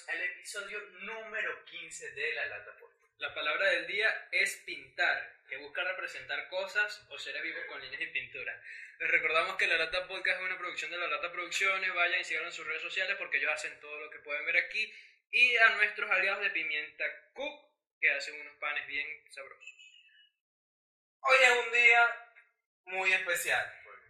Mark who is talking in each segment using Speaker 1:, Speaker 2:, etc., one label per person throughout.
Speaker 1: episodio número 15 de La Lata Podcast.
Speaker 2: La palabra del día es pintar, que busca representar cosas o seres vivos con líneas y pintura. Les recordamos que La Lata Podcast es una producción de La Lata Producciones. Vayan y sigan en sus redes sociales porque ellos hacen todo lo que pueden ver aquí. Y a nuestros aliados de Pimienta Cook, que hacen unos panes bien sabrosos.
Speaker 1: Hoy es un día muy especial, porque-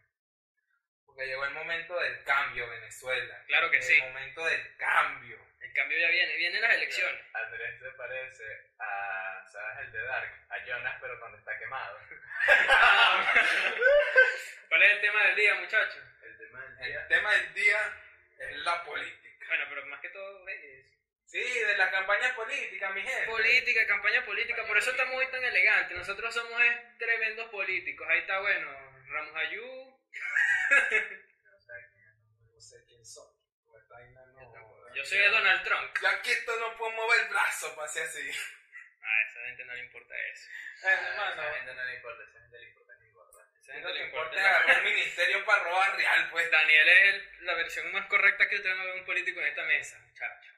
Speaker 1: porque llegó el momento del cambio, Venezuela.
Speaker 2: Claro que
Speaker 1: el
Speaker 2: sí,
Speaker 1: momento del cambio.
Speaker 2: el cambio ya viene, vienen las elecciones.
Speaker 3: Andrés se parece a, ¿sabes? El de Dark, a Jonas, pero cuando está quemado.
Speaker 2: ¿Cuál es el tema del día, muchachos?
Speaker 3: El tema del
Speaker 1: El
Speaker 3: día.
Speaker 1: tema del día es la política.
Speaker 2: Bueno, pero más que todo eh, es
Speaker 1: Sí, de la campaña política, mi gente.
Speaker 2: Política, campaña política, por eso estamos hoy tan elegantes. Nosotros somos eh, tremendos políticos. Ahí está, bueno, Ramos Ayú.
Speaker 1: No sé quién soy. pues, vaina no-
Speaker 2: Yo soy de Donald Trump.
Speaker 1: Yo aquí esto no puedo mover el brazo para hacer así.
Speaker 2: A Ah, esa gente no le importa eso.
Speaker 3: A
Speaker 1: Hermano,
Speaker 3: esa gente no le importa, a esa gente le importa es engordar.
Speaker 2: Esa gente
Speaker 1: lo
Speaker 2: le
Speaker 1: que
Speaker 2: importa.
Speaker 1: importa es agarrar un ministerio para robar real, pues.
Speaker 2: Pues Daniel es el- la versión más correcta que usted no ve un político en esta mesa, muchacho.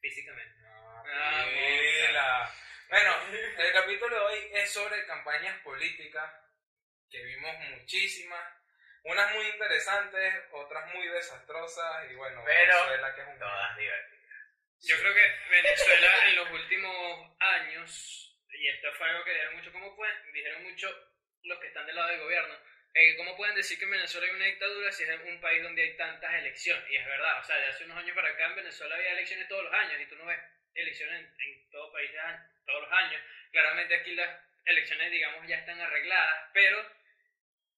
Speaker 2: Físicamente. Ah,
Speaker 1: Mira. Bueno, el capítulo de hoy es sobre campañas políticas que vimos muchísimas, unas muy interesantes, otras muy desastrosas y bueno,
Speaker 3: Pero
Speaker 1: Venezuela que es un
Speaker 3: Todas divertidas.
Speaker 2: Yo creo que Venezuela en los últimos años, y esto fue algo que dijeron mucho, ¿cómo pueden? Dijeron mucho los que están del lado del gobierno, eh, ¿cómo pueden decir que en Venezuela hay una dictadura si es un país donde hay tantas elecciones? Y es verdad, o sea, de hace unos años para acá en Venezuela había elecciones todos los años, y tú no ves elecciones en, en todo país de an- todos los años. Claramente aquí las elecciones, digamos, ya están arregladas, pero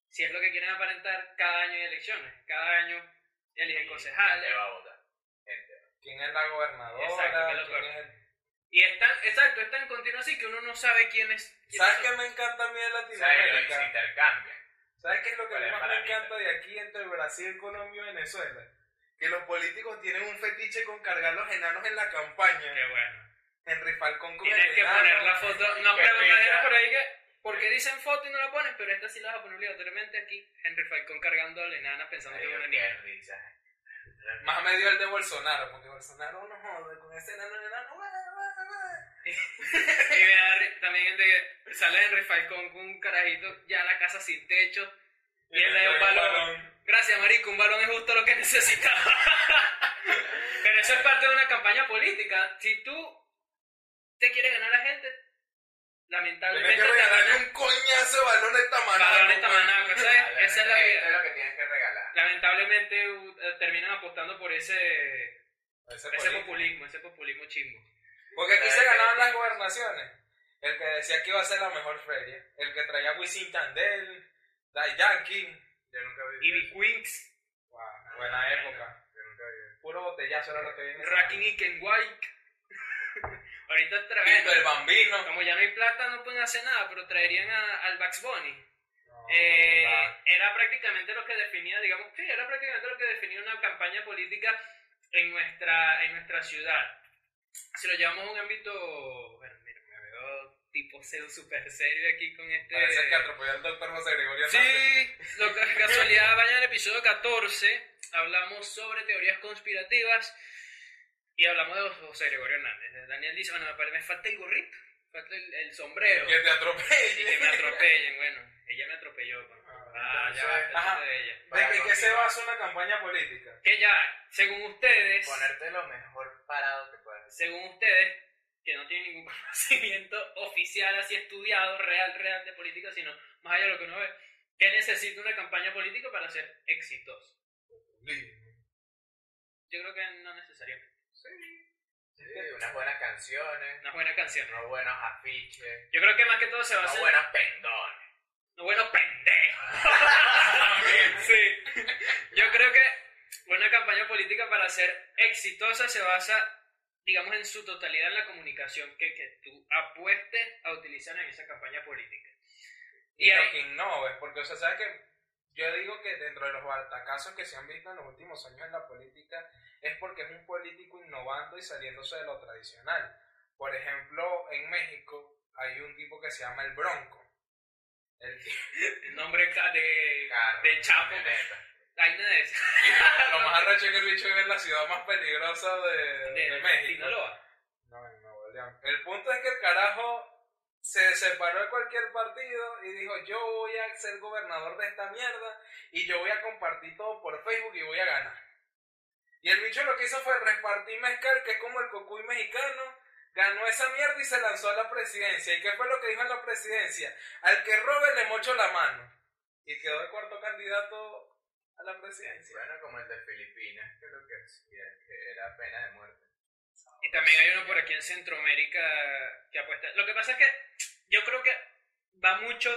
Speaker 2: si es lo que quieren aparentar, cada año hay elecciones, cada año eligen concejales.
Speaker 3: Gente va a votar. Gente.
Speaker 1: ¿Quién es la gobernadora?
Speaker 2: Exacto, ¿quién es la
Speaker 1: ¿Quién es
Speaker 2: gobernadora?
Speaker 1: el-
Speaker 2: Y es tan, exacto, es tan continuo así que uno no sabe quién es. quién
Speaker 1: ¿Sabes
Speaker 2: es-
Speaker 1: qué me encanta a mí de
Speaker 3: ¿Sabes? Se
Speaker 1: Latinoamérica?
Speaker 3: intercambian.
Speaker 1: ¿Sabes qué es lo que
Speaker 3: ¿Cuál es
Speaker 1: más
Speaker 3: para
Speaker 1: me
Speaker 3: mí?
Speaker 1: encanta de aquí entre Brasil, Colombia y Venezuela? Que los políticos tienen un fetiche con cargar los enanos en la campaña.
Speaker 2: Qué bueno.
Speaker 1: Henry Falcón con
Speaker 2: Tienes
Speaker 1: el
Speaker 2: que
Speaker 1: enano.
Speaker 2: poner la foto. No,
Speaker 3: Qué
Speaker 2: pero me
Speaker 3: risa.
Speaker 2: imagino por ahí que. Porque dicen foto y no la pones, pero esta sí la vas a poner obligatoriamente aquí. Henry Falcón cargando a la enana pensando que
Speaker 3: Ay,
Speaker 2: es una
Speaker 3: qué
Speaker 2: niña.
Speaker 3: risa.
Speaker 1: Más me dio el de Bolsonaro, porque Bolsonaro no jode con ese enano enano. ¡bue, bue, bue!
Speaker 2: Y me da ri- también el de que sale Henry Falcón con un carajito ya a la casa sin techo. Y él le da un balón. Gracias, Marico, un balón es justo lo que necesitaba. Pero eso es parte de una campaña política. Si tú te quieres ganar a la gente,
Speaker 1: Tienes
Speaker 2: lamentablemente
Speaker 1: que
Speaker 2: te
Speaker 1: regalarle
Speaker 2: ganan
Speaker 1: un coñazo de balón a esta manada.
Speaker 2: balón esta manaca. Esa es, esa es la
Speaker 3: Esto es
Speaker 2: vida.
Speaker 3: lo que tienes que regalar.
Speaker 2: Lamentablemente u- eh, terminan apostando por ese,
Speaker 1: Ese
Speaker 2: ese
Speaker 1: político.
Speaker 2: populismo, ese populismo chimbo.
Speaker 1: Porque aquí
Speaker 3: Ay,
Speaker 1: se
Speaker 3: ay,
Speaker 1: ganaban
Speaker 3: ay.
Speaker 1: las gobernaciones. El que decía que iba a ser la mejor feria. El que traía a Wisin Candel, Day Yankee.
Speaker 3: Yo nunca vi.
Speaker 2: Ivy Queens,
Speaker 1: Wow, buena época.
Speaker 3: Yo nunca vi.
Speaker 1: Puro botellazo era lo que viene.
Speaker 2: Racking y Ken White. Ahorita otra vez,
Speaker 1: Pinto el bambino.
Speaker 2: Como ya no hay plata, no pueden hacer nada, pero traerían a- al Bugs Bunny.
Speaker 1: No,
Speaker 2: Eh,
Speaker 1: va.
Speaker 2: era prácticamente lo que definía, digamos, sí, era prácticamente lo que definía una campaña política en nuestra, en nuestra ciudad. Si lo llevamos a un ámbito, bueno, mira, me veo tipo pseudo super serio aquí con este...
Speaker 1: Parece que atropelló al doctor José Gregorio Hernández.
Speaker 2: Sí, lo que casualidad, vayan al episodio 14, hablamos sobre teorías conspirativas y hablamos de José Gregorio Hernández. Daniel dice, bueno, me, pare- me falta el gorrito, falta el, el sombrero
Speaker 1: Que te
Speaker 2: y que
Speaker 1: atropelle.
Speaker 2: me atropellen. Bueno, ella me atropelló. bueno. Ah, ya basta
Speaker 1: Ajá.
Speaker 2: eso de ella.
Speaker 1: ¿De que, que se basa una campaña política?
Speaker 2: Que ya, según ustedes,
Speaker 3: Ponerte lo mejor parado que puedas.
Speaker 2: según ustedes, que no tienen ningún conocimiento oficial, así estudiado, real, real de política, sino más allá de lo que uno ve, que necesita una campaña política para ser exitoso. Yo creo que no necesariamente.
Speaker 3: Sí, unas buenas canciones,
Speaker 2: Una buena canción.
Speaker 3: unos buenos afiches,
Speaker 2: Yo creo que más que todo se basa
Speaker 3: unos
Speaker 2: en
Speaker 3: buenos pendones.
Speaker 2: Los buenos pendejos. sí. Yo creo que una campaña política para ser exitosa se basa, digamos, en su totalidad en la comunicación que, que tú apuestes a utilizar en esa campaña política.
Speaker 1: Y
Speaker 2: Y
Speaker 1: lo
Speaker 2: ahí-
Speaker 1: que innoves, porque, o sea, ¿sabes que Yo digo que dentro de los batacazos que se han visto en los últimos años en la política es porque es un político innovando y saliéndose de lo tradicional. Por ejemplo, en México hay un tipo que se llama el Bronco. El tipo-
Speaker 2: El nombre ca- de,
Speaker 3: Carro,
Speaker 2: de Chapo.
Speaker 3: camioneta.
Speaker 2: Hay una de esas.
Speaker 1: Lo más arrecho es que el bicho vive en la ciudad más peligrosa de,
Speaker 2: De,
Speaker 1: de México.
Speaker 2: Sinaloa.
Speaker 1: No, en Nuevo León. El punto es que el carajo se separó de cualquier partido y dijo, yo voy a ser gobernador de esta mierda y yo voy a compartir todo por Facebook y voy a ganar. Y el bicho lo que hizo fue repartir mezcal, que es como el cocuy mexicano, ganó esa mierda y se lanzó a la presidencia. ¿Y qué fue lo que dijo en la presidencia? Al que robe le mocho la mano. Y quedó de cuarto candidato a la presidencia.
Speaker 3: Bueno, como el de Filipinas, que lo que decía que era pena de muerte.
Speaker 2: Y también hay uno por aquí en Centroamérica que apuesta. Lo que pasa es que yo creo que va mucho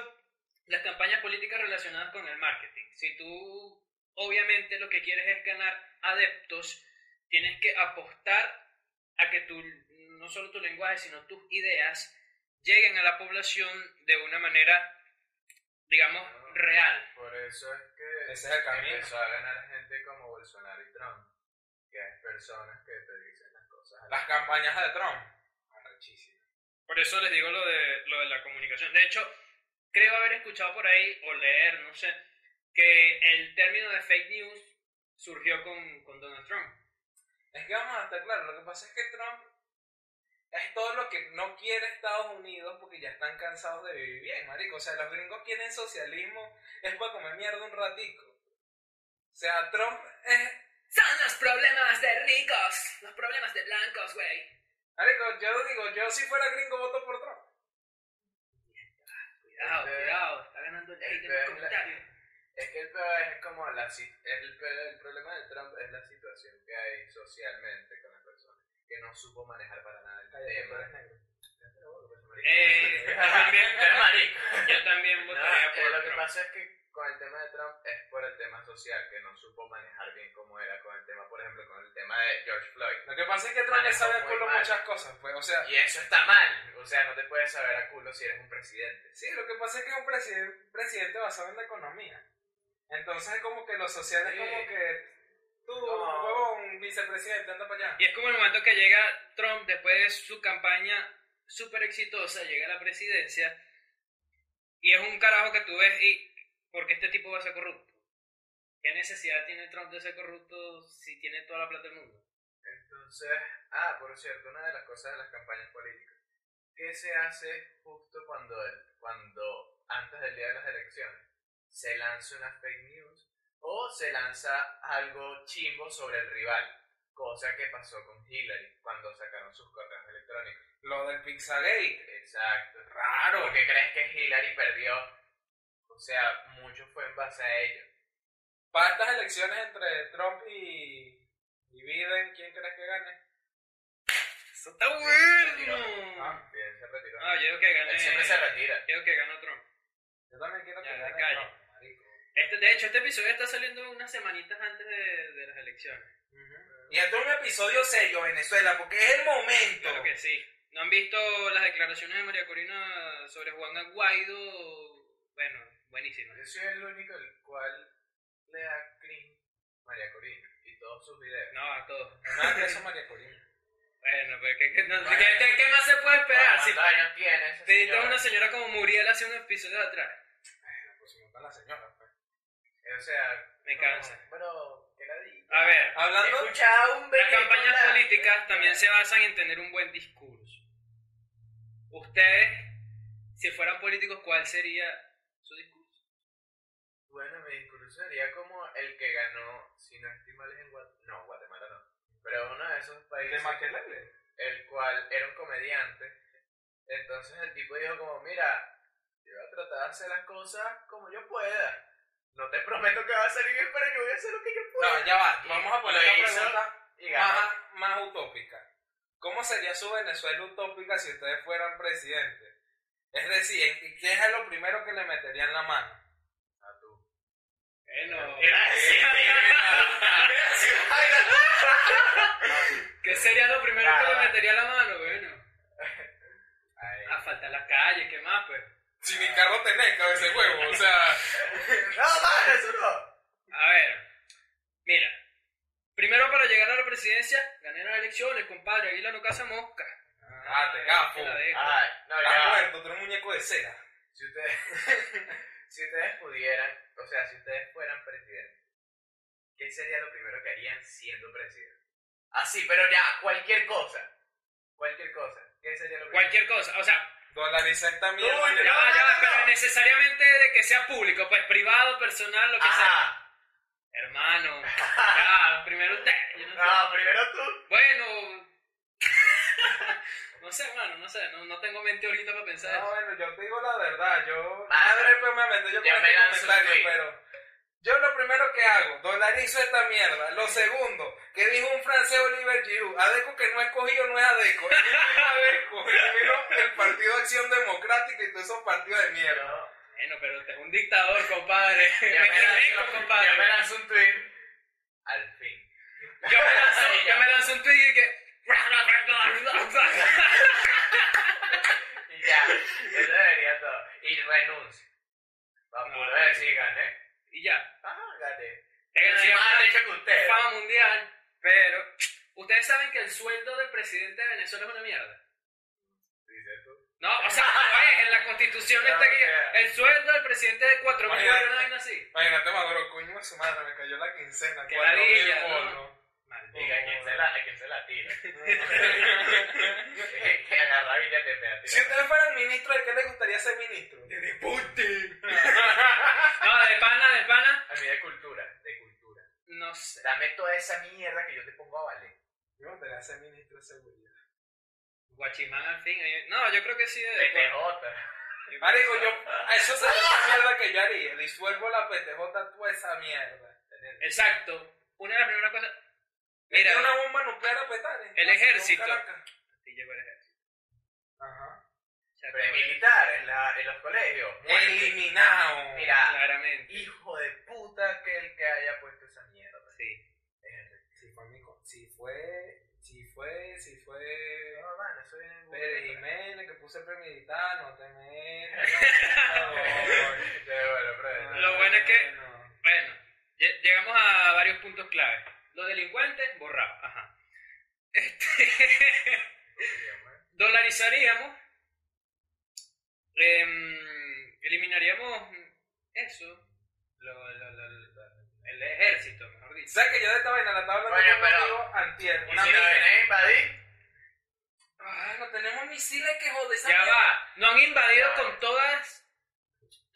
Speaker 2: las campañas políticas relacionadas con el marketing. Si tú obviamente lo que quieres es ganar adeptos, tienes que apostar a que tu, no solo tu lenguaje, sino tus ideas lleguen a la población de una manera, digamos, real.
Speaker 3: Por eso es que
Speaker 1: Ese es el camino.
Speaker 3: empezó a ganar gente como Bolsonaro y Trump, que es personas que te dicen las cosas. a la-
Speaker 1: Las campañas de Trump. Arrechísimo.
Speaker 2: Por eso les digo lo de, lo de la comunicación. De hecho, creo haber escuchado por ahí o leer, no sé, que el término de fake news surgió con, con Donald Trump.
Speaker 1: Es que vamos a estar claros, lo que pasa es que Trump es todo lo que no quiere Estados Unidos porque ya están cansados de vivir bien, marico. O sea, los gringos quieren socialismo, es para comer mierda un ratico. O sea, Trump es...
Speaker 2: Son los problemas de ricos, los problemas de blancos, güey.
Speaker 1: Marico, yo digo, yo si fuera gringo voto por Trump.
Speaker 2: Cuidado,
Speaker 3: Este-
Speaker 2: cuidado, está ganando el hate en los
Speaker 3: este-
Speaker 2: comentarios.
Speaker 3: Es que el peor es como la si- es el, peor- el problema de Trump es la situación que hay socialmente con las personas, que no supo manejar para nada el tema.
Speaker 1: pues,
Speaker 2: Eh, yo también, marico, yo también
Speaker 3: No,
Speaker 2: votaría
Speaker 3: eh, lo
Speaker 2: por
Speaker 3: que
Speaker 2: Trump.
Speaker 3: pasa es que con el tema de Trump es por el tema social, que no supo manejar bien cómo era con el tema, por ejemplo, con el tema de George Floyd.
Speaker 1: Lo que pasa es que Trump le
Speaker 3: Manejó
Speaker 1: sabe a
Speaker 3: muy
Speaker 1: culo
Speaker 3: mal.
Speaker 1: muchas cosas, pues. O sea,
Speaker 3: Y eso está mal, o sea, no te puedes saber a culo si eres un presidente.
Speaker 1: sí, lo que pasa es que es un presiden- presidente basado en la economía. Entonces, como que lo social es
Speaker 3: Sí.
Speaker 1: como que... Tú,
Speaker 3: No.
Speaker 1: huevón, vicepresidente, anda para allá.
Speaker 2: Y es como el momento que llega Trump después de su campaña súper exitosa, llega a la presidencia y es un carajo que tú ves y ¿por qué este tipo va a ser corrupto? ¿Qué necesidad tiene Trump de ser corrupto si tiene toda la plata del mundo?
Speaker 3: Entonces, ah, por cierto, una de las cosas de las campañas políticas, ¿qué se hace justo cuando, el- cuando antes del día de las elecciones se lanza una fake news o se lanza algo chimbo sobre el rival? Cosa que pasó con Hillary cuando sacaron sus correos electrónicos.
Speaker 1: Lo del Pizzagate.
Speaker 3: Exacto.
Speaker 1: Raro.
Speaker 3: Porque crees que Hillary perdió. O sea, mucho fue en base a ello.
Speaker 1: Para estas elecciones entre Trump y, y Biden, ¿quién crees que gane?
Speaker 2: ¡Eso está
Speaker 1: Ah.
Speaker 2: bueno!
Speaker 3: Bien, se retiró.
Speaker 2: Ah, yo creo que
Speaker 3: Él siempre se
Speaker 2: gane.
Speaker 3: retira.
Speaker 2: Yo creo que gana Trump.
Speaker 1: eh, Yo también quiero que
Speaker 2: Ya,
Speaker 1: gane
Speaker 2: calle.
Speaker 1: Trump, marico.
Speaker 2: Este, de hecho, este episodio está saliendo unas semanitas antes de, de las elecciones.
Speaker 1: Y esto es un episodio serio, Venezuela, porque es el momento.
Speaker 2: Claro que sí. ¿No han visto las declaraciones de María Corina sobre Juan Guaido? Bueno, buenísimas.
Speaker 3: Yo soy el único el cual le da cringe María Corina y todos sus videos.
Speaker 2: No, a todos.
Speaker 1: Nada que eso, María Corina.
Speaker 2: Bueno, pero ¿qué, qué, no-
Speaker 3: Bueno.
Speaker 2: qué- qué- qué más se puede esperar? Si
Speaker 3: ¿Cuántos años tiene esa
Speaker 2: pediste a
Speaker 3: señora?
Speaker 2: una señora como Muriel hace unos episodios atrás.
Speaker 1: Bueno, Pues si no está la señora. pues.
Speaker 3: O sea,
Speaker 2: Me
Speaker 3: no, Ah,
Speaker 2: cansa.
Speaker 3: Bro, que la di.
Speaker 2: A ver,
Speaker 1: Hablando,
Speaker 3: Escucha a un eh,
Speaker 2: las
Speaker 3: bebé
Speaker 2: campañas
Speaker 3: hablar.
Speaker 2: políticas también se basan en tener un buen discurso. Ustedes, si fueran políticos, ¿cuál sería su discurso?
Speaker 3: Bueno, mi discurso sería como el que ganó, si no estoy mal, es en Guatemala. No, Guatemala no. Pero uno de esos
Speaker 1: el de
Speaker 3: países.
Speaker 1: Maquelele.
Speaker 3: el cual era un comediante. Entonces el tipo dijo como, mira, yo voy a tratar de hacer las cosas como yo pueda. No te prometo que va a salir bien, pero yo voy a hacer lo que yo pueda.
Speaker 1: No, ya va. Vamos a poner
Speaker 3: Lo
Speaker 1: la
Speaker 3: hizo
Speaker 1: pregunta
Speaker 3: y ganó.
Speaker 1: más, más utópica. ¿Cómo sería su Venezuela utópica si ustedes fueran presidente? Es decir, ¿qué es lo primero que le meterían la mano?
Speaker 3: A tú.
Speaker 2: Bueno,
Speaker 3: Gracias.
Speaker 2: ¿Qué sería lo primero que le
Speaker 3: Ah.
Speaker 2: metería la mano? Bueno,
Speaker 3: Ay.
Speaker 2: a falta la calle, ¿qué más? Pues.
Speaker 1: Si mi carro tenés cabeza de huevo, o sea.
Speaker 3: No, mano, eso no.
Speaker 2: A ver, mira, primero para llegar a la presidencia, gané las elecciones, compadre, Aguila no casa mosca.
Speaker 1: Ah, te gafo.
Speaker 2: la dejo.
Speaker 3: Ay, Ah, no, ya.
Speaker 1: Está
Speaker 3: va.
Speaker 1: muerto, tú eres un muñeco de cera.
Speaker 3: Si ustedes, si ustedes pudieran, o sea, si ustedes fueran presidentes, ¿qué sería lo primero que harían siendo presidente? Así, pero ya, cualquier cosa. Cualquier cosa. ¿Qué sería lo primero?
Speaker 2: Cualquier cosa, o sea,
Speaker 1: Dolariza esta mierda.
Speaker 3: Uy,
Speaker 2: ya va,
Speaker 3: no,
Speaker 2: ya va,
Speaker 3: no,
Speaker 2: pero
Speaker 3: no.
Speaker 2: necesariamente de que sea público, pues privado, personal, lo que sea.
Speaker 3: Ajá.
Speaker 2: Hermano, ya, primero usted. yo no sé.
Speaker 3: No, primero tú.
Speaker 2: Bueno, no sé, hermano, no sé, no, no tengo mente ahorita para pensar
Speaker 1: No,
Speaker 2: eso.
Speaker 1: bueno, yo te digo la verdad, yo...
Speaker 2: Ah,
Speaker 3: Basta.
Speaker 1: Madre, pues me meto yo
Speaker 3: Ya
Speaker 1: con
Speaker 3: me
Speaker 1: este
Speaker 3: lanzo un
Speaker 1: comentario,
Speaker 3: tweet.
Speaker 1: pero... Yo lo primero que hago, dolarizo esta mierda. Lo segundo, que dijo un francés Oliver Giroud, Adeco que no es cogido no es Adeco, es mismo Adeco, es mismo el Partido de Acción Democrática y todos esos partidos de mierda.
Speaker 3: No.
Speaker 2: Bueno, pero usted es un dictador, compadre.
Speaker 3: Ya me
Speaker 2: Mételo rico,
Speaker 3: lanzo-
Speaker 2: compadre.
Speaker 3: ya me lanzo un tweet. Al fin.
Speaker 2: Yo me lanzo, yo me lanzo un tweet y que.
Speaker 3: Y ya. Eso debería todo. Y renuncio. Vamos
Speaker 2: No,
Speaker 3: a ver si gané.
Speaker 2: y ya.
Speaker 3: Ah, gané.
Speaker 2: Te ganaría
Speaker 3: Encima
Speaker 2: fama-
Speaker 3: han hecho que ustedes.
Speaker 2: fama mundial, pero. Ustedes saben que el sueldo del presidente de Venezuela es una mierda.
Speaker 3: Dices tú.
Speaker 2: No, o sea, no es, en la constitución
Speaker 3: No,
Speaker 2: está
Speaker 3: mira.
Speaker 2: que el sueldo del presidente es de 4 mil
Speaker 1: Oye.
Speaker 2: dólares, una vaina así.
Speaker 1: Imagínate, Maduro, coño, su madre, me cayó la quincena,
Speaker 2: Qué
Speaker 1: cuatro mil Oh,
Speaker 2: ladilla, ¿no?
Speaker 1: bolos.
Speaker 3: Y a quien se la, a quien se la tira. que agarra y ya te pega.
Speaker 1: Si usted fuera el ministro, ¿de qué le gustaría ser ministro?
Speaker 2: De Putin. No, de pana, de pana.
Speaker 3: A mí de cultura, de cultura.
Speaker 2: No sé.
Speaker 3: Dame toda esa mierda que yo te pongo a valer.
Speaker 1: Yo me gustaría ser ministro de seguridad.
Speaker 2: Guachimán al fin. eh. No, yo creo que sí. De,
Speaker 3: PTJ.
Speaker 1: Marico, Ah, yo, a eso sería la mierda que yo haría. Disuelvo la PTJ, toda esa mierda.
Speaker 2: Exacto. Una de las primeras cosas. Mira,
Speaker 1: Mira, una bomba nuclear a petares.
Speaker 2: El ejército.
Speaker 1: Con Caracas.
Speaker 2: Sí, llegó el ejército.
Speaker 1: Ajá.
Speaker 2: Ya
Speaker 3: Pero en
Speaker 2: acabó.
Speaker 3: militar, en, la, en los colegios. Muerte.
Speaker 1: Eliminado.
Speaker 3: Mira,
Speaker 2: Claramente.
Speaker 3: hijo de puta que el que haya puesto esa mierda.
Speaker 2: Sí.
Speaker 3: Eh,
Speaker 1: Si fue, mi co- si fue, si fue, si fue. ah,
Speaker 3: No, mano, eso viene en Google.
Speaker 1: Pérez Jiménez, que puse premeditar, no te metas.
Speaker 3: Ya, bueno, pero-
Speaker 1: No,
Speaker 2: Lo bueno es que-
Speaker 1: no.
Speaker 2: Bueno, lle- llegamos a varios puntos clave. Los delincuentes, borrados. Ajá. Este, dolarizaríamos. em, eliminaríamos eso. lo- lo- lo- lo- el ejército, mejor dicho.
Speaker 1: ¿Sabes que yo de esta vaina la estaba hablando
Speaker 3: Coño,
Speaker 1: con un
Speaker 3: pero-
Speaker 1: amigo antier, una
Speaker 3: Y si nos
Speaker 1: amiga.
Speaker 3: vienen a invadir,
Speaker 1: Ah, no tenemos misiles que joder esa
Speaker 2: Ya
Speaker 1: mierda.
Speaker 2: va. No han invadido
Speaker 3: Ah.
Speaker 2: con todas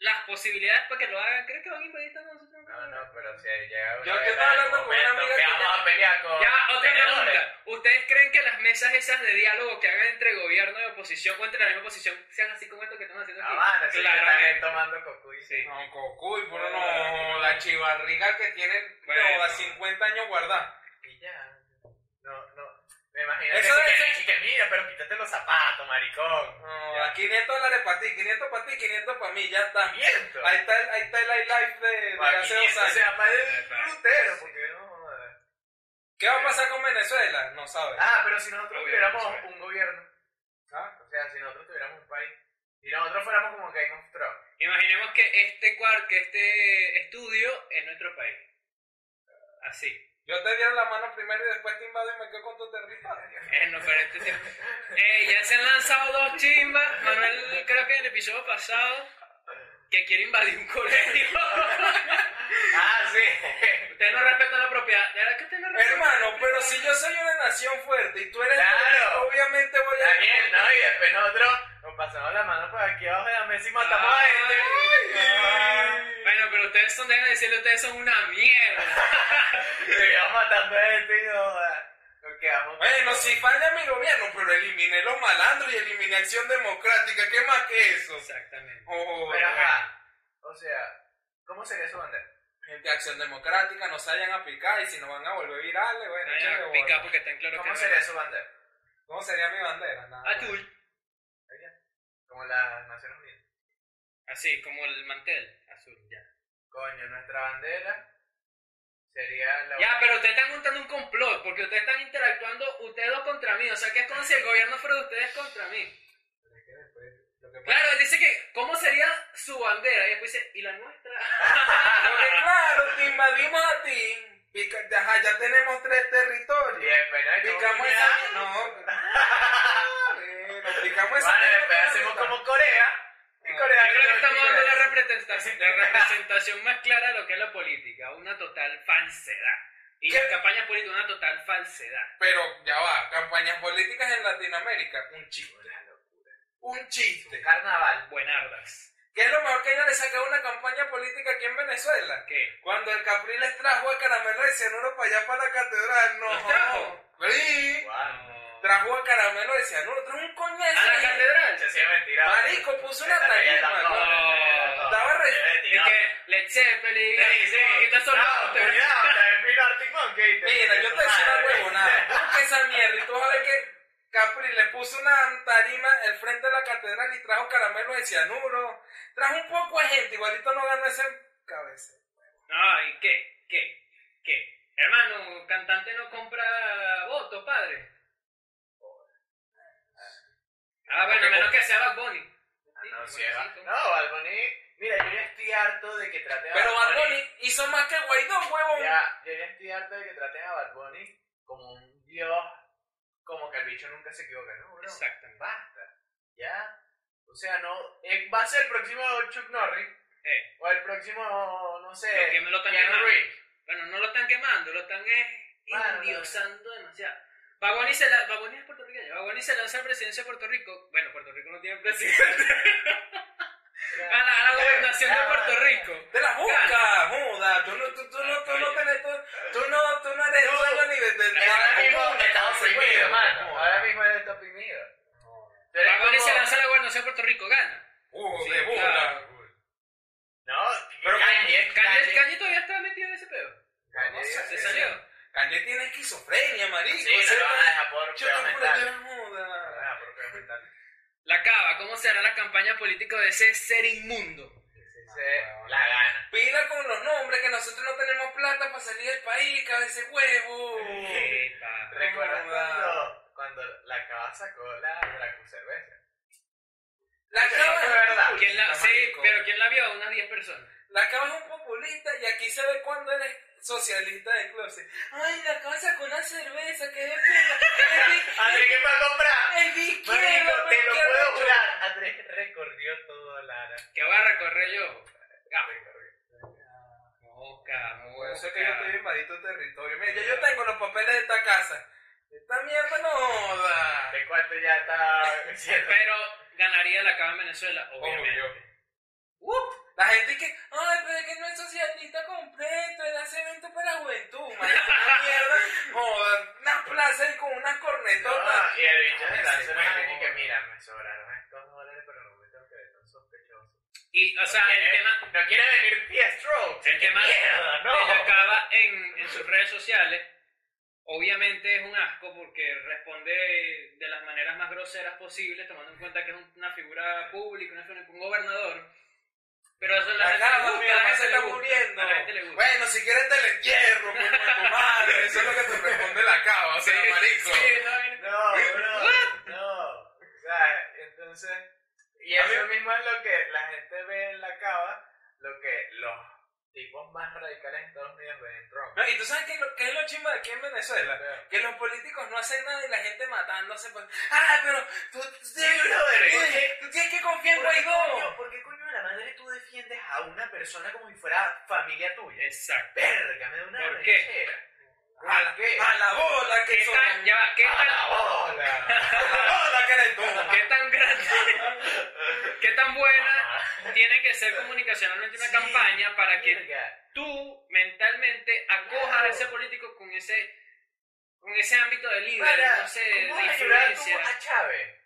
Speaker 2: las posibilidades para que lo hagan. ¿Crees que van a invadir tanto nosotros?
Speaker 3: no, no, pero si llega una
Speaker 1: Yo- yo
Speaker 3: guerra
Speaker 1: estaba
Speaker 3: en
Speaker 1: hablando
Speaker 3: algún
Speaker 1: con una
Speaker 3: momento,
Speaker 1: amiga
Speaker 3: que
Speaker 1: que
Speaker 3: vamos a pelear con
Speaker 2: Ya, otra
Speaker 3: tenedores.
Speaker 2: pregunta. ¿Ustedes creen que las mesas esas de diálogo que hagan entre gobierno y oposición o entre la misma oposición sean así como esto que estamos haciendo aquí?
Speaker 3: Habana, sí, que
Speaker 2: Claramente.
Speaker 3: están tomando cocuy.
Speaker 2: Sí.
Speaker 1: No, Cocuy, bro,
Speaker 2: Bueno.
Speaker 3: Ah.
Speaker 1: no, la chivarriga que tienen
Speaker 2: Bueno.
Speaker 1: no, a 50 años guardada.
Speaker 3: Y ya. No, no. Me imagino
Speaker 1: Eso
Speaker 3: que,
Speaker 1: debe
Speaker 3: que- que mira, pero quítate los zapatos, maricón.
Speaker 1: No,
Speaker 3: Ya.
Speaker 1: a 500 dólares para ti, 500 para ti, 500 para mí, ya está.
Speaker 3: Quinientos.
Speaker 1: Ahí está el, ahí está el iLife de, de hace dos
Speaker 3: O
Speaker 1: años.
Speaker 3: sea, para
Speaker 2: Ya, claro.
Speaker 3: el frutero, porque no. joda.
Speaker 1: ¿Qué va a pasar con Venezuela? No sabes.
Speaker 3: Ah, pero si nosotros
Speaker 2: Obvio,
Speaker 3: tuviéramos
Speaker 2: eso es.
Speaker 3: un gobierno,
Speaker 1: Ah,
Speaker 3: o sea, si nosotros tuviéramos un país, si nosotros fuéramos como Game of Thrones,
Speaker 2: Imaginemos que este cuar- que este estudio es nuestro país. Así.
Speaker 1: Yo te dieron la mano primero y después te invado y me quedo con tu territorio.
Speaker 2: Eh, no, pero este tipo- Eh, ya se han lanzado dos chimbas. Manuel, creo que en el episodio pasado, que quiere invadir un colegio.
Speaker 3: Ah, sí.
Speaker 2: ustedes no respetan la propiedad. ¿De verdad que ustedes no respetan la
Speaker 1: Hermano,
Speaker 2: propiedad?
Speaker 1: pero si yo soy una nación fuerte y tú eres
Speaker 3: Claro.
Speaker 1: obviamente voy a...
Speaker 3: También, ¿no? Y después nosotros nos pasamos la mano por aquí abajo de la mesa y matamos a este. gente.
Speaker 2: Ay.
Speaker 1: este
Speaker 2: Bueno, pero ustedes son, déjenme decirle, ustedes son una mierda.
Speaker 3: Y vamos matando a gente y joda. Nos quedamos.
Speaker 1: Bueno, si falla mi gobierno, pero eliminé los malandros y eliminé acción democrática, ¿qué más que eso?
Speaker 2: Exactamente.
Speaker 1: Oh,
Speaker 3: Pero, ajá, o sea, ¿cómo sería su bandera?
Speaker 1: gente de acción democrática, no salgan a picar y si no van a volver virales, bueno, échale bola.
Speaker 2: Pica porque están claros
Speaker 3: ¿Cómo
Speaker 2: que
Speaker 3: sería su bandera?
Speaker 1: ¿Cómo sería mi bandera? Nada. pues,
Speaker 2: Azul.
Speaker 3: Como las Naciones Unidas.
Speaker 2: Así, como el mantel. Azul, ya.
Speaker 3: Coño, nuestra bandera sería la.
Speaker 2: Ya, pero ustedes están montando un complot porque ustedes están interactuando ustedes dos contra mí. O sea, que es como si el gobierno fuera de ustedes contra mí.
Speaker 1: Pero es que después, lo que pasa-
Speaker 2: Claro, él dice que, ¿cómo sería su bandera? Y después dice, ¿y la nuestra?
Speaker 1: Porque claro, te invadimos a ti, pica- ajá, ya tenemos tres
Speaker 3: Y
Speaker 1: territorios.
Speaker 3: después nos echamos
Speaker 1: Picamos
Speaker 3: una-
Speaker 1: esa... No, bueno, picamos esa...
Speaker 3: Vale,
Speaker 1: mierda con
Speaker 3: después
Speaker 1: la
Speaker 3: hacemos
Speaker 1: mitad.
Speaker 3: como Corea. Y Y
Speaker 2: Yo
Speaker 3: Corea
Speaker 2: creo que
Speaker 3: no
Speaker 2: estamos dando la
Speaker 3: tiene-
Speaker 2: representación, la representación más clara de lo que es la política, una total falsedad. Y
Speaker 1: ¿Qué?
Speaker 2: las campañas políticas, una total falsedad.
Speaker 1: Pero ya va, campañas políticas en Latinoamérica, un chiste.
Speaker 3: Una locura.
Speaker 1: Un
Speaker 3: Un
Speaker 1: chiste.
Speaker 3: carnaval.
Speaker 2: Buenardas.
Speaker 1: ¿Qué es lo mejor que ella le sacado una campaña política aquí en Venezuela?
Speaker 2: ¿Qué?
Speaker 1: Cuando el Capri les trajo a Caramelo de Cianuro para allá para la catedral, no.
Speaker 2: ¿Los trajo?
Speaker 1: Sí.
Speaker 3: Guau.
Speaker 1: Trajo a Caramelo de Cianuro, trajo un coñazo.
Speaker 2: ¿A la
Speaker 1: ahí.
Speaker 2: catedral?
Speaker 3: Se hacía mentira.
Speaker 1: Marico, puso una tarima,
Speaker 2: ¿no?
Speaker 1: Estaba re-
Speaker 2: Es que Led Zeppelin, y está sonando, te-
Speaker 1: Mira, yo te decía una huevonada. Busca esa mierda y tú vas a ver que Capri le puso una tarima al frente de la catedral y trajo caramelo de cianuro. Trajo un poco de gente, igualito no ganó ese cabeza.
Speaker 2: No, ¿y qué? ¿Qué? ¿Qué? Hermano, cantante no compra votos, padre. Ah, bueno,
Speaker 1: Porque
Speaker 2: menos que sea Bad Bunny.
Speaker 3: No, sí, va. No, Balboni. Mira, yo ya estoy harto de que traten a
Speaker 1: Pero
Speaker 3: Bad Bunny-
Speaker 1: Barboni hizo más que Guaidó, huevón.
Speaker 3: Ya, yo ya estoy harto de que traten a Bad Bunny como un dios, como que el bicho nunca se equivoca, ¿no, bro?
Speaker 2: Exactamente.
Speaker 3: Basta. Ya. O sea, no. eh, va a ser el próximo Chuck Norris.
Speaker 2: Eh.
Speaker 3: O el próximo, no sé.
Speaker 2: Lo que me lo están
Speaker 3: Eh, Keanu
Speaker 2: quemando.
Speaker 3: Reeves.
Speaker 2: Bueno, no lo están quemando, lo están eh,
Speaker 3: Bueno,
Speaker 2: endiosando demasiado. Bad Bunny se la- Bad Bunny es puertorriqueño. Bad Bunny se lanza a la presidencia de Puerto Rico. Bueno, Puerto Rico no tiene presidente.
Speaker 3: Ya.
Speaker 2: A la, a la gobernación de
Speaker 3: Ya.
Speaker 2: Puerto Rico.
Speaker 1: Te la busca, joda. Tú no, tú, tú no, tú no tenés, tú, tú no, tú no eres
Speaker 3: No.
Speaker 1: dueño ni de, de- de
Speaker 3: Ahora
Speaker 1: la
Speaker 3: mismo
Speaker 1: comuna,
Speaker 3: está
Speaker 1: entonces,
Speaker 3: oprimido,
Speaker 1: huevón.
Speaker 3: mano. Ahora mismo él está oprimido. Pero es
Speaker 2: Bad Bunny
Speaker 3: como-
Speaker 2: se lanza a la gobernación de Puerto Rico, gana.
Speaker 1: Uh,
Speaker 2: Sí,
Speaker 1: de burla.
Speaker 2: claro.
Speaker 3: No,
Speaker 1: Pero
Speaker 3: Kanye,
Speaker 2: Kanye,
Speaker 3: Kanye-
Speaker 2: Kanye todavía está metido en ese pedo.
Speaker 3: Kanye
Speaker 1: No sé,
Speaker 3: dice-
Speaker 2: Se
Speaker 1: Sí,
Speaker 2: salió.
Speaker 1: Kanye tiene esquizofrenia, marico.
Speaker 3: Sí, no
Speaker 1: ese-
Speaker 3: lo van a dejar por
Speaker 1: Yo te
Speaker 3: peor
Speaker 1: juro,
Speaker 3: mental.
Speaker 1: yo,
Speaker 3: Lo van
Speaker 1: joda.
Speaker 3: a dejar por peor mental.
Speaker 2: La cava, ¿cómo se hará la campaña política de ese ser inmundo?
Speaker 3: Dice, la gana.
Speaker 1: Pila con los nombres que nosotros no tenemos plata para salir del país, cabeza de huevo.
Speaker 2: Epa.
Speaker 3: ¿Recuerdas
Speaker 1: joda.
Speaker 3: cuando, cuando la cava sacó la Dracu cerveza?
Speaker 1: La
Speaker 3: Eso no fue
Speaker 1: cava,
Speaker 3: verdad.
Speaker 2: ¿Quién la, sí,
Speaker 1: marico.
Speaker 2: pero ¿quién la vio? Unas 10 personas.
Speaker 1: la cava es un populista y aquí se ve cuando eres socialista de closet. Ay, la cava sacó una cerveza, que de pila. El vi-
Speaker 3: Andrés, ¿qué para comprar?
Speaker 1: El
Speaker 3: Marico,
Speaker 1: viquero,
Speaker 3: te lo puedo jurar. Andrés recorrió todo Lara.
Speaker 2: ¿Qué va a recorrer yo? Cava.
Speaker 3: Recorrió.
Speaker 2: Mosca,
Speaker 1: Por
Speaker 2: mosca.
Speaker 1: eso es que yo estoy invadido de territorio. Mira, ya yo tengo los papeles de esta casa. Esta mierda no joda.
Speaker 3: De cuarto ya está. siendo-
Speaker 2: Pero ganaría la cava en Venezuela, obviamente.
Speaker 1: Obvio. Uh, la gente que, ay, pero es que no es socialista completo, él hace evento para la juventud, marico, una mierda, joda, una plaza y con unas cornetotas.
Speaker 3: No, y el bicho
Speaker 1: Ah,
Speaker 3: me
Speaker 1: ese
Speaker 3: lanzó una
Speaker 1: huevo.
Speaker 3: vaina y que mira, me sobraron estos dólares, pero no me tengo que ver tan sospechoso.
Speaker 2: Y, o sea, el tema,
Speaker 3: No quiere venir Tía Strokes.
Speaker 2: el tema
Speaker 3: Mierda, no.
Speaker 2: de la cava en, en sus redes sociales, obviamente es un asco porque responde de las maneras más groseras posibles, tomando en cuenta que es un- una figura pública, una figura, un gobernador. Pero eso la,
Speaker 1: La
Speaker 2: gente le
Speaker 1: cama, mi
Speaker 2: gusta, la
Speaker 1: mamá se
Speaker 2: gente le
Speaker 1: está
Speaker 2: gusta.
Speaker 1: muriendo.
Speaker 2: A la gente le gusta.
Speaker 1: Bueno, si quieres te le entierro, pues, con tu madre. Eso es lo que te responde la cava, o sea,
Speaker 2: Sí,
Speaker 1: marico.
Speaker 2: sí, está bien.
Speaker 3: No, bro, no. O sea, entonces. Y
Speaker 1: A
Speaker 3: eso mismo es lo que la gente ve en la cava, lo que los tipos más radicales de Estados Unidos ven en Trump.
Speaker 1: No, y tú sabes qué es lo, qué es lo chimba de aquí en Venezuela.
Speaker 3: Pero-
Speaker 1: Que los políticos no hacen nada y la gente matándose. Pues, ah, pero tú, tú, tienes-
Speaker 3: brother,
Speaker 1: tú-
Speaker 3: ¿por qué?
Speaker 1: tú tienes que confiar en
Speaker 3: ¿Por qué,
Speaker 1: Guaidó.
Speaker 3: coño, ¿Por qué coño de la madre tú defiendes a una persona como si fuera familia tuya?
Speaker 2: Exacto.
Speaker 3: Verga, me da una
Speaker 2: ¿Por qué?
Speaker 3: rechera.
Speaker 1: A la,
Speaker 3: ¿Por qué?
Speaker 1: a la bola que
Speaker 2: ¿Qué
Speaker 1: son.
Speaker 2: tan, ya va, ¿qué
Speaker 3: ¡A la
Speaker 2: tan,
Speaker 3: bola!
Speaker 1: A la bola que eres tú.
Speaker 2: qué tan grande, qué tan buena
Speaker 3: Ah,
Speaker 2: tiene que ser comunicacionalmente una
Speaker 3: Sí,
Speaker 2: campaña para que
Speaker 3: verga.
Speaker 2: tú mentalmente acojas a ese político con ese con ese ámbito de líder,
Speaker 3: Para,
Speaker 2: no sé, de
Speaker 3: ¿Cómo vas a llorar tú
Speaker 2: influencia.
Speaker 3: a Chávez?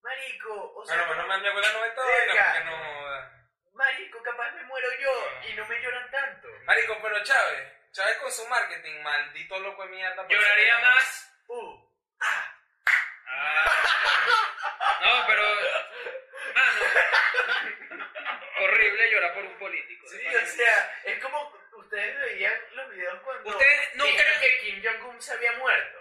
Speaker 3: Marico, o sea,
Speaker 1: Bueno, pero no me mi abuela no ve esta vaina
Speaker 3: Verga.
Speaker 1: porque no joda.
Speaker 3: marico, capaz me muero
Speaker 2: Ah.
Speaker 3: yo y no me lloran tanto.
Speaker 1: Marico, pero Chávez, Chávez con su marketing, maldito loco de mierda. pues, por
Speaker 2: Lloraría
Speaker 1: ser-
Speaker 2: más.
Speaker 3: Uh, ah,
Speaker 2: Ah, no, pero mano, horrible llorar por un político.
Speaker 3: sí,
Speaker 2: de pana.
Speaker 3: o sea, es como ustedes veían los videos cuando
Speaker 2: Ustedes no
Speaker 3: dijeron
Speaker 2: creen
Speaker 3: que Kim Jong-un se había muerto.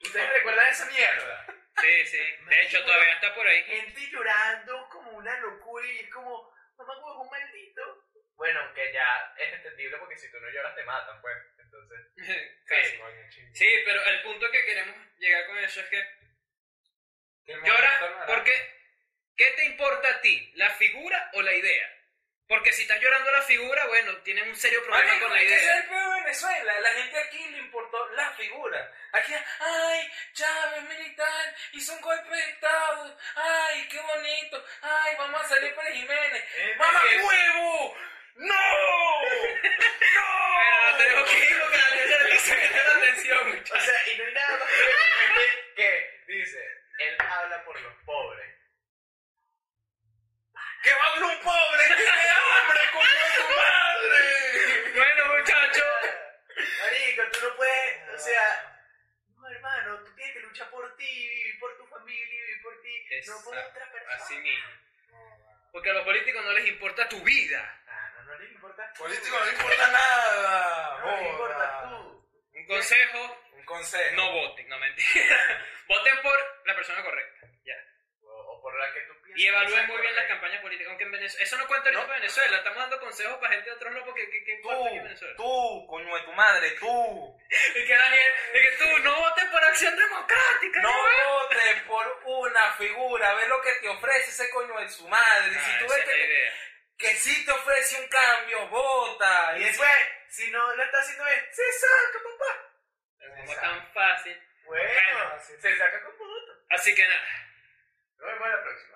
Speaker 3: ¿Ustedes
Speaker 2: Ah.
Speaker 3: recuerdan esa mierda?
Speaker 2: Sí, sí. De hecho, todavía está por ahí.
Speaker 3: Gente llorando como una locura y es como, mamá huevo, maldito. Bueno, aunque ya es entendible porque si tú no lloras te matan, pues. Entonces,
Speaker 2: Casi.
Speaker 1: coño, chingo.
Speaker 2: Sí, pero el punto que queremos llegar con eso es que
Speaker 1: Que el
Speaker 2: Llora
Speaker 1: movimiento naranja.
Speaker 2: porque ¿Qué te importa a ti, la figura o la idea? Porque si estás llorando la figura, bueno, tienes un serio problema
Speaker 1: Marico,
Speaker 2: con la
Speaker 1: es que ese pues, es
Speaker 2: idea.
Speaker 1: el peor de Venezuela. La gente aquí le importó la figura. Aquí, ay, Chávez militar, hizo un golpe de Estado. Ay, qué bonito. Ay, vamos a salir para Jiménez.
Speaker 3: Eh,
Speaker 1: ¡Mamá
Speaker 3: eh,
Speaker 1: huevo! ¡No!
Speaker 2: Pero tenemos que
Speaker 1: ¡No!
Speaker 2: ir porque la gente le está sacando la atención, muchachos.
Speaker 3: O sea, y no hay nada más que- que que dice, él habla por los pobres.
Speaker 1: ¡Que va a un pobre! ¡Que tiene hambre, coño de tu madre!
Speaker 2: Bueno, muchachos.
Speaker 3: Marico, tú no puedes,
Speaker 2: Ah.
Speaker 3: o sea, no hermano, tú tienes que luchar por ti, vivir por tu familia, vivir por ti, no por
Speaker 2: Exacto,
Speaker 3: otra persona.
Speaker 2: Así mismo. Porque a los políticos no les importa tu vida.
Speaker 3: Ah, no, no le importa.
Speaker 1: Político no le importa nada.
Speaker 3: No le importa
Speaker 1: joda.
Speaker 3: tú.
Speaker 2: Un consejo,
Speaker 1: Un consejo.
Speaker 2: no voten, no mentira. voten por la persona correcta. Ya.
Speaker 3: O, o por la que tú piensas.
Speaker 2: Y evalúen muy bien las
Speaker 3: campañas.
Speaker 2: campañas políticas, aunque en Venezuela... Eso no cuenta ahorita
Speaker 1: No.
Speaker 2: para Venezuela, estamos dando consejos para gente de otros lados porque ¿qué, qué importa aquí en Venezuela?
Speaker 1: Tú, tú, coño de tu madre, tú.
Speaker 2: Y que Daniel, y que tú no votes por acción democrática.
Speaker 1: No
Speaker 2: ¿no?
Speaker 1: votes por una figura, ve lo que te ofrece ese coño de su madre. Y
Speaker 2: Ah,
Speaker 1: si tú
Speaker 2: esa
Speaker 1: ves
Speaker 2: es la
Speaker 1: que,
Speaker 2: idea.
Speaker 1: que sí te ofrece un cambio, vota.
Speaker 3: Y
Speaker 1: Y es-
Speaker 3: después, ¿eh? si no lo está haciendo bien, se saca, papá.
Speaker 2: Como tan fácil.
Speaker 3: Bueno,
Speaker 1: Bueno,
Speaker 3: se saca con voto.
Speaker 2: Así que nada.
Speaker 3: Nos vemos la próxima.